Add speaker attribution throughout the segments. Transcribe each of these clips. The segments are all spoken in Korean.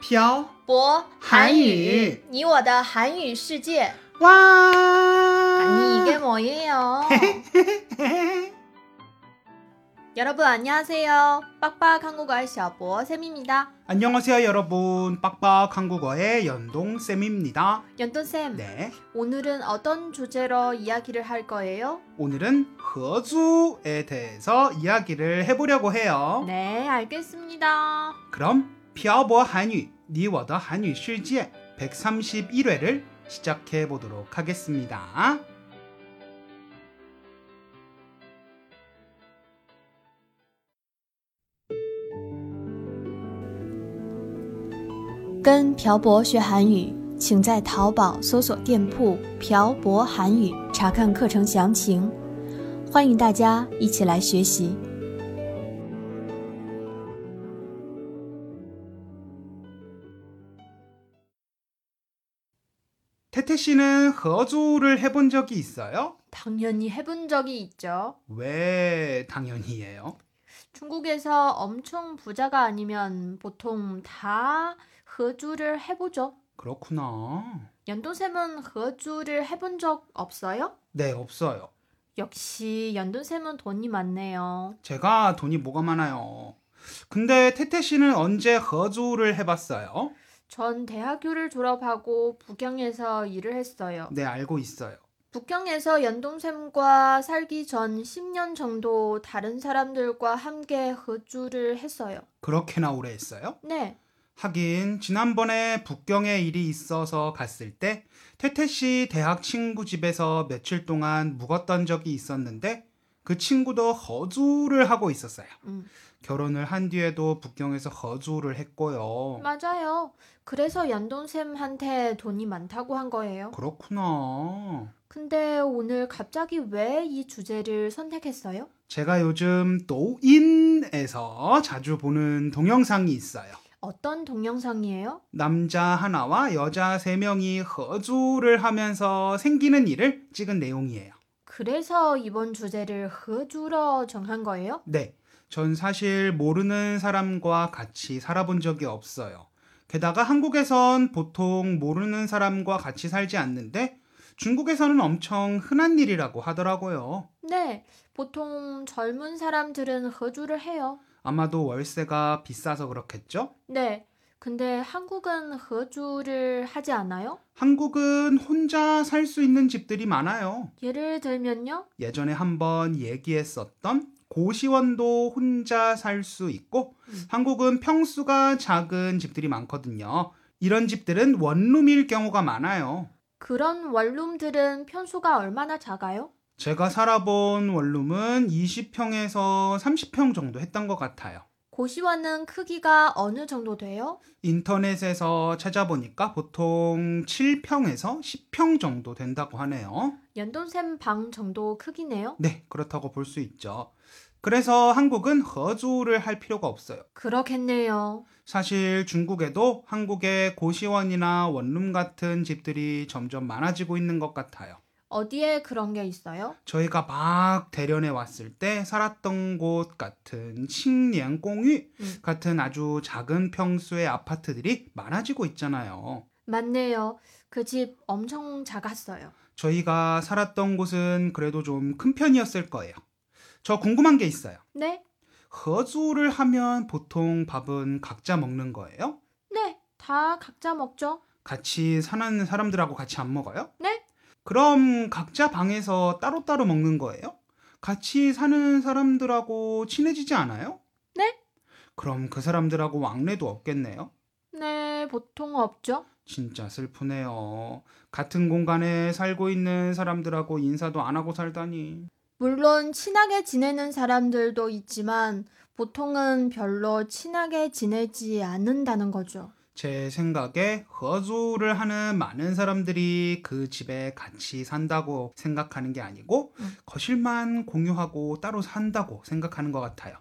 Speaker 1: 漂
Speaker 2: 博
Speaker 1: 韩语
Speaker 2: 你我的韩语世界。
Speaker 1: 와.
Speaker 2: 아니 이게 뭐예요? 여러분 안녕하세요. 빡빡 한국어의 샤보 쌤입니다.
Speaker 1: 안녕하세요 여러분. 빡빡 한국어의 연동 쌤입니다.
Speaker 2: 연돈 쌤,
Speaker 1: 네.
Speaker 2: 오늘은 어떤 주제로 이야기를 할 거예요?
Speaker 1: 오늘은 허주에 대해서 이야기를 해보려고 해요.
Speaker 2: 네, 알겠습니다.
Speaker 1: 그럼 피아보 한유 니워더 한유 실지의 131회를 시작해 보도록 하겠습니다.
Speaker 2: 跟朴博学韩语，请在淘宝搜索店铺“朴博韩语”查看课程详情。欢迎大家一起来学习。
Speaker 1: 태태 씨는 허주를 해본 적이 있어요?
Speaker 2: 당연히 해본 적이 있죠.
Speaker 1: 왜 당연히예요?
Speaker 2: 중국에서 엄청 부자가 아니면 보통 다 거주를 해보죠.
Speaker 1: 그렇구나.
Speaker 2: 연돈쌤은 거주를 해본 적 없어요?
Speaker 1: 네, 없어요.
Speaker 2: 역시 연돈쌤은 돈이 많네요.
Speaker 1: 제가 돈이 뭐가 많아요. 근데 태태 씨는 언제 허주를 해봤어요?
Speaker 2: 전 대학교를 졸업하고 북경에서 일을 했어요.
Speaker 1: 네, 알고 있어요.
Speaker 2: 북경에서 연돈쌤과 살기 전 10년 정도 다른 사람들과 함께 거주를 했어요.
Speaker 1: 그렇게나 오래 했어요?
Speaker 2: 네,
Speaker 1: 하긴 지난번에 북경에 일이 있어서 갔을 때 태태 씨 대학 친구 집에서 며칠 동안 묵었던 적이 있었는데 그 친구도 거주를 하고 있었어요.
Speaker 2: 음.
Speaker 1: 결혼을 한 뒤에도 북경에서 거주를 했고요.
Speaker 2: 맞아요. 그래서 연돈쌤한테 돈이 많다고 한 거예요.
Speaker 1: 그렇구나.
Speaker 2: 근데 오늘 갑자기 왜 이 주제를 선택했어요?
Speaker 1: 제가 요즘 도인에서 자주 보는 동영상이 있어요.
Speaker 2: 어떤 동영상이에요?
Speaker 1: 남자 하나와 여자 세 명이 거주를 하면서 생기는 일을 찍은 내용이에요.
Speaker 2: 그래서 이번 주제를 허주로 정한 거예요?
Speaker 1: 네, 전 사실 모르는 사람과 같이 살아본 적이 없어요. 게다가 한국에선 보통 모르는 사람과 같이 살지 않는데 중국에서는 엄청 흔한 일이라고 하더라고요.
Speaker 2: 네, 보통 젊은 사람들은 허주를 해요.
Speaker 1: 아마도 월세가 비싸서 그렇겠죠?
Speaker 2: 네, 근데 한국은 허주를 하지 않아요?
Speaker 1: 한국은 혼자 살 수 있는 집들이 많아요.
Speaker 2: 예를 들면요?
Speaker 1: 예전에 한번 얘기했었던 고시원도 혼자 살 수 있고
Speaker 2: 음.
Speaker 1: 한국은 평수가 작은 집들이 많거든요. 이런 집들은 원룸일 경우가 많아요.
Speaker 2: 그런 원룸들은 편수가 얼마나 작아요?
Speaker 1: 제가 살아본 원룸은 20평에서 30평 정도 했던 것 같아요.
Speaker 2: 고시원은 크기가 어느 정도 돼요?
Speaker 1: 인터넷에서 찾아보니까 보통 7평에서 10평 정도 된다고 하네요.
Speaker 2: 연돈샘 방 정도 크기네요?
Speaker 1: 네, 그렇다고 볼 수 있죠. 그래서 한국은 거주를 할 필요가 없어요.
Speaker 2: 그렇겠네요.
Speaker 1: 사실 중국에도 한국의 고시원이나 원룸 같은 집들이 점점 많아지고 있는 것 같아요.
Speaker 2: 어디에 그런 게 있어요?
Speaker 1: 저희가 막 대련에 왔을 때 살았던 곳 같은 칭량공유
Speaker 2: 음.
Speaker 1: 같은 아주 작은 평수의 아파트들이 많아지고 있잖아요.
Speaker 2: 맞네요. 그 집 엄청 작았어요.
Speaker 1: 저희가 살았던 곳은 그래도 좀 큰 편이었을 거예요. 저 궁금한 게 있어요.
Speaker 2: 네?
Speaker 1: 거주를 하면 보통 밥은 각자 먹는 거예요?
Speaker 2: 네. 다 각자 먹죠?
Speaker 1: 같이 사는 사람들하고 같이 안 먹어요?
Speaker 2: 네.
Speaker 1: 그럼 각자 방에서 따로따로 먹는 거예요? 같이 사는 사람들하고 친해지지 않아요?
Speaker 2: 네.
Speaker 1: 그럼 그 사람들하고 왕래도 없겠네요?
Speaker 2: 네, 보통 없죠?
Speaker 1: 진짜 슬프네요. 같은 공간에 살고 있는 사람들하고 인사도 안 하고 살다니.
Speaker 2: 물론 친하게 지내는 사람들도 있지만 보통은 별로 친하게 지내지 않는다는 거죠.
Speaker 1: 제 생각에 거주를 하는 많은 사람들이 그 집에 같이 산다고 생각하는 게 아니고
Speaker 2: 음.
Speaker 1: 거실만 공유하고 따로 산다고 생각하는 것 같아요.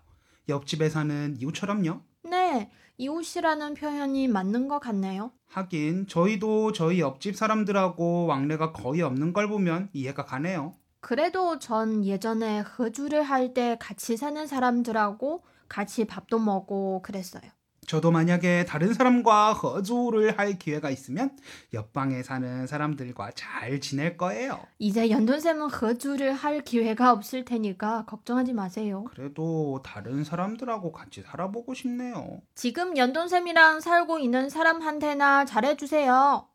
Speaker 1: 옆집에 사는 이웃처럼요.
Speaker 2: 네, 이웃이라는 표현이 맞는 것 같네요.
Speaker 1: 하긴 저희도 저희 옆집 사람들하고 왕래가 거의 없는 걸 보면 이해가 가네요.
Speaker 2: 그래도 전 예전에 거주를 할 때 같이 사는 사람들하고 같이 밥도 먹고 그랬어요.
Speaker 1: 저도 만약에 다른 사람과 거주를 할 기회가 있으면 옆방에 사는 사람들과 잘 지낼 거예요.
Speaker 2: 이제 연돈쌤은 거주를 할 기회가 없을 테니까 걱정하지 마세요.
Speaker 1: 그래도 다른 사람들하고 같이 살아보고 싶네요.
Speaker 2: 지금 연돈쌤이랑 살고 있는 사람한테나 잘해주세요.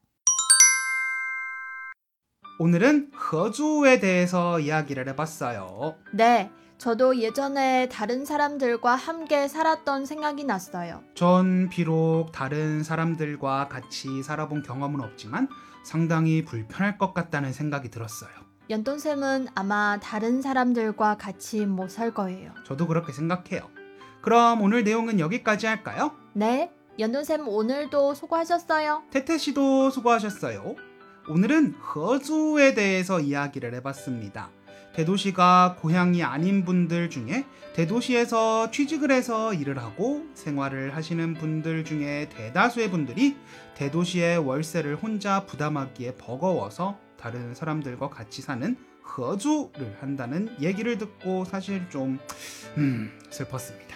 Speaker 1: 오늘은 거주에 대해서 이야기를 해봤어요.
Speaker 2: 네, 저도 예전에 다른 사람들과 함께 살았던 생각이 났어요.
Speaker 1: 전 비록 다른 사람들과 같이 살아본 경험은 없지만 상당히 불편할 것 같다는 생각이 들었어요.
Speaker 2: 연돈쌤은 아마 다른 사람들과 같이 못 살 거예요.
Speaker 1: 저도 그렇게 생각해요. 그럼 오늘 내용은 여기까지 할까요?
Speaker 2: 네, 연돈쌤 오늘도 수고하셨어요.
Speaker 1: 태태 씨도 수고하셨어요. 오늘은 거주에 대해서 이야기를 해봤습니다. 대도시가 고향이 아닌 분들 중에 대도시에서 취직을 해서 일을 하고 생활을 하시는 분들 중에 대다수의 분들이 대도시의 월세를 혼자 부담하기에 버거워서 다른 사람들과 같이 사는 거주를 한다는 얘기를 듣고 사실 좀 음, 슬펐습니다.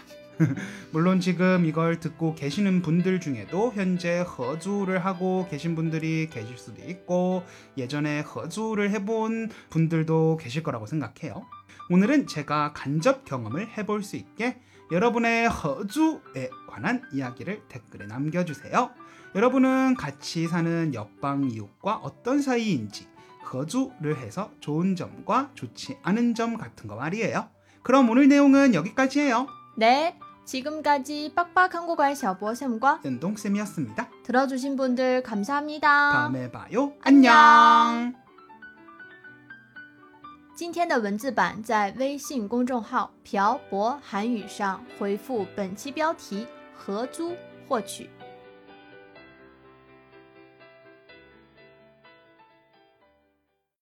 Speaker 1: 물론 지금 이걸 듣고 계시는 분들 중에도 현재 거주를 하고 계신 분들이 계실 수도 있고 예전에 거주를 해본 분들도 계실 거라고 생각해요. 오늘은 제가 간접 경험을 해볼 수 있게 여러분의 거주에 관한 이야기를 댓글에 남겨주세요. 여러분은 같이 사는 옆방 이웃과 어떤 사이인지 거주를 해서 좋은 점과 좋지 않은 점 같은 거 말이에요. 그럼 오늘 내용은 여기까지예요.
Speaker 2: 네, 지금까지 빡빡한 고갈 샤버쌤과
Speaker 1: 연동쌤이었습니다.
Speaker 2: 들어주신 분들 감사합니다.
Speaker 1: 다음에 봐요.
Speaker 2: 안녕.
Speaker 1: 안녕.
Speaker 2: 今天的文字版在微信公众号“漂泊韩语”上回复本期标题“合租”获取。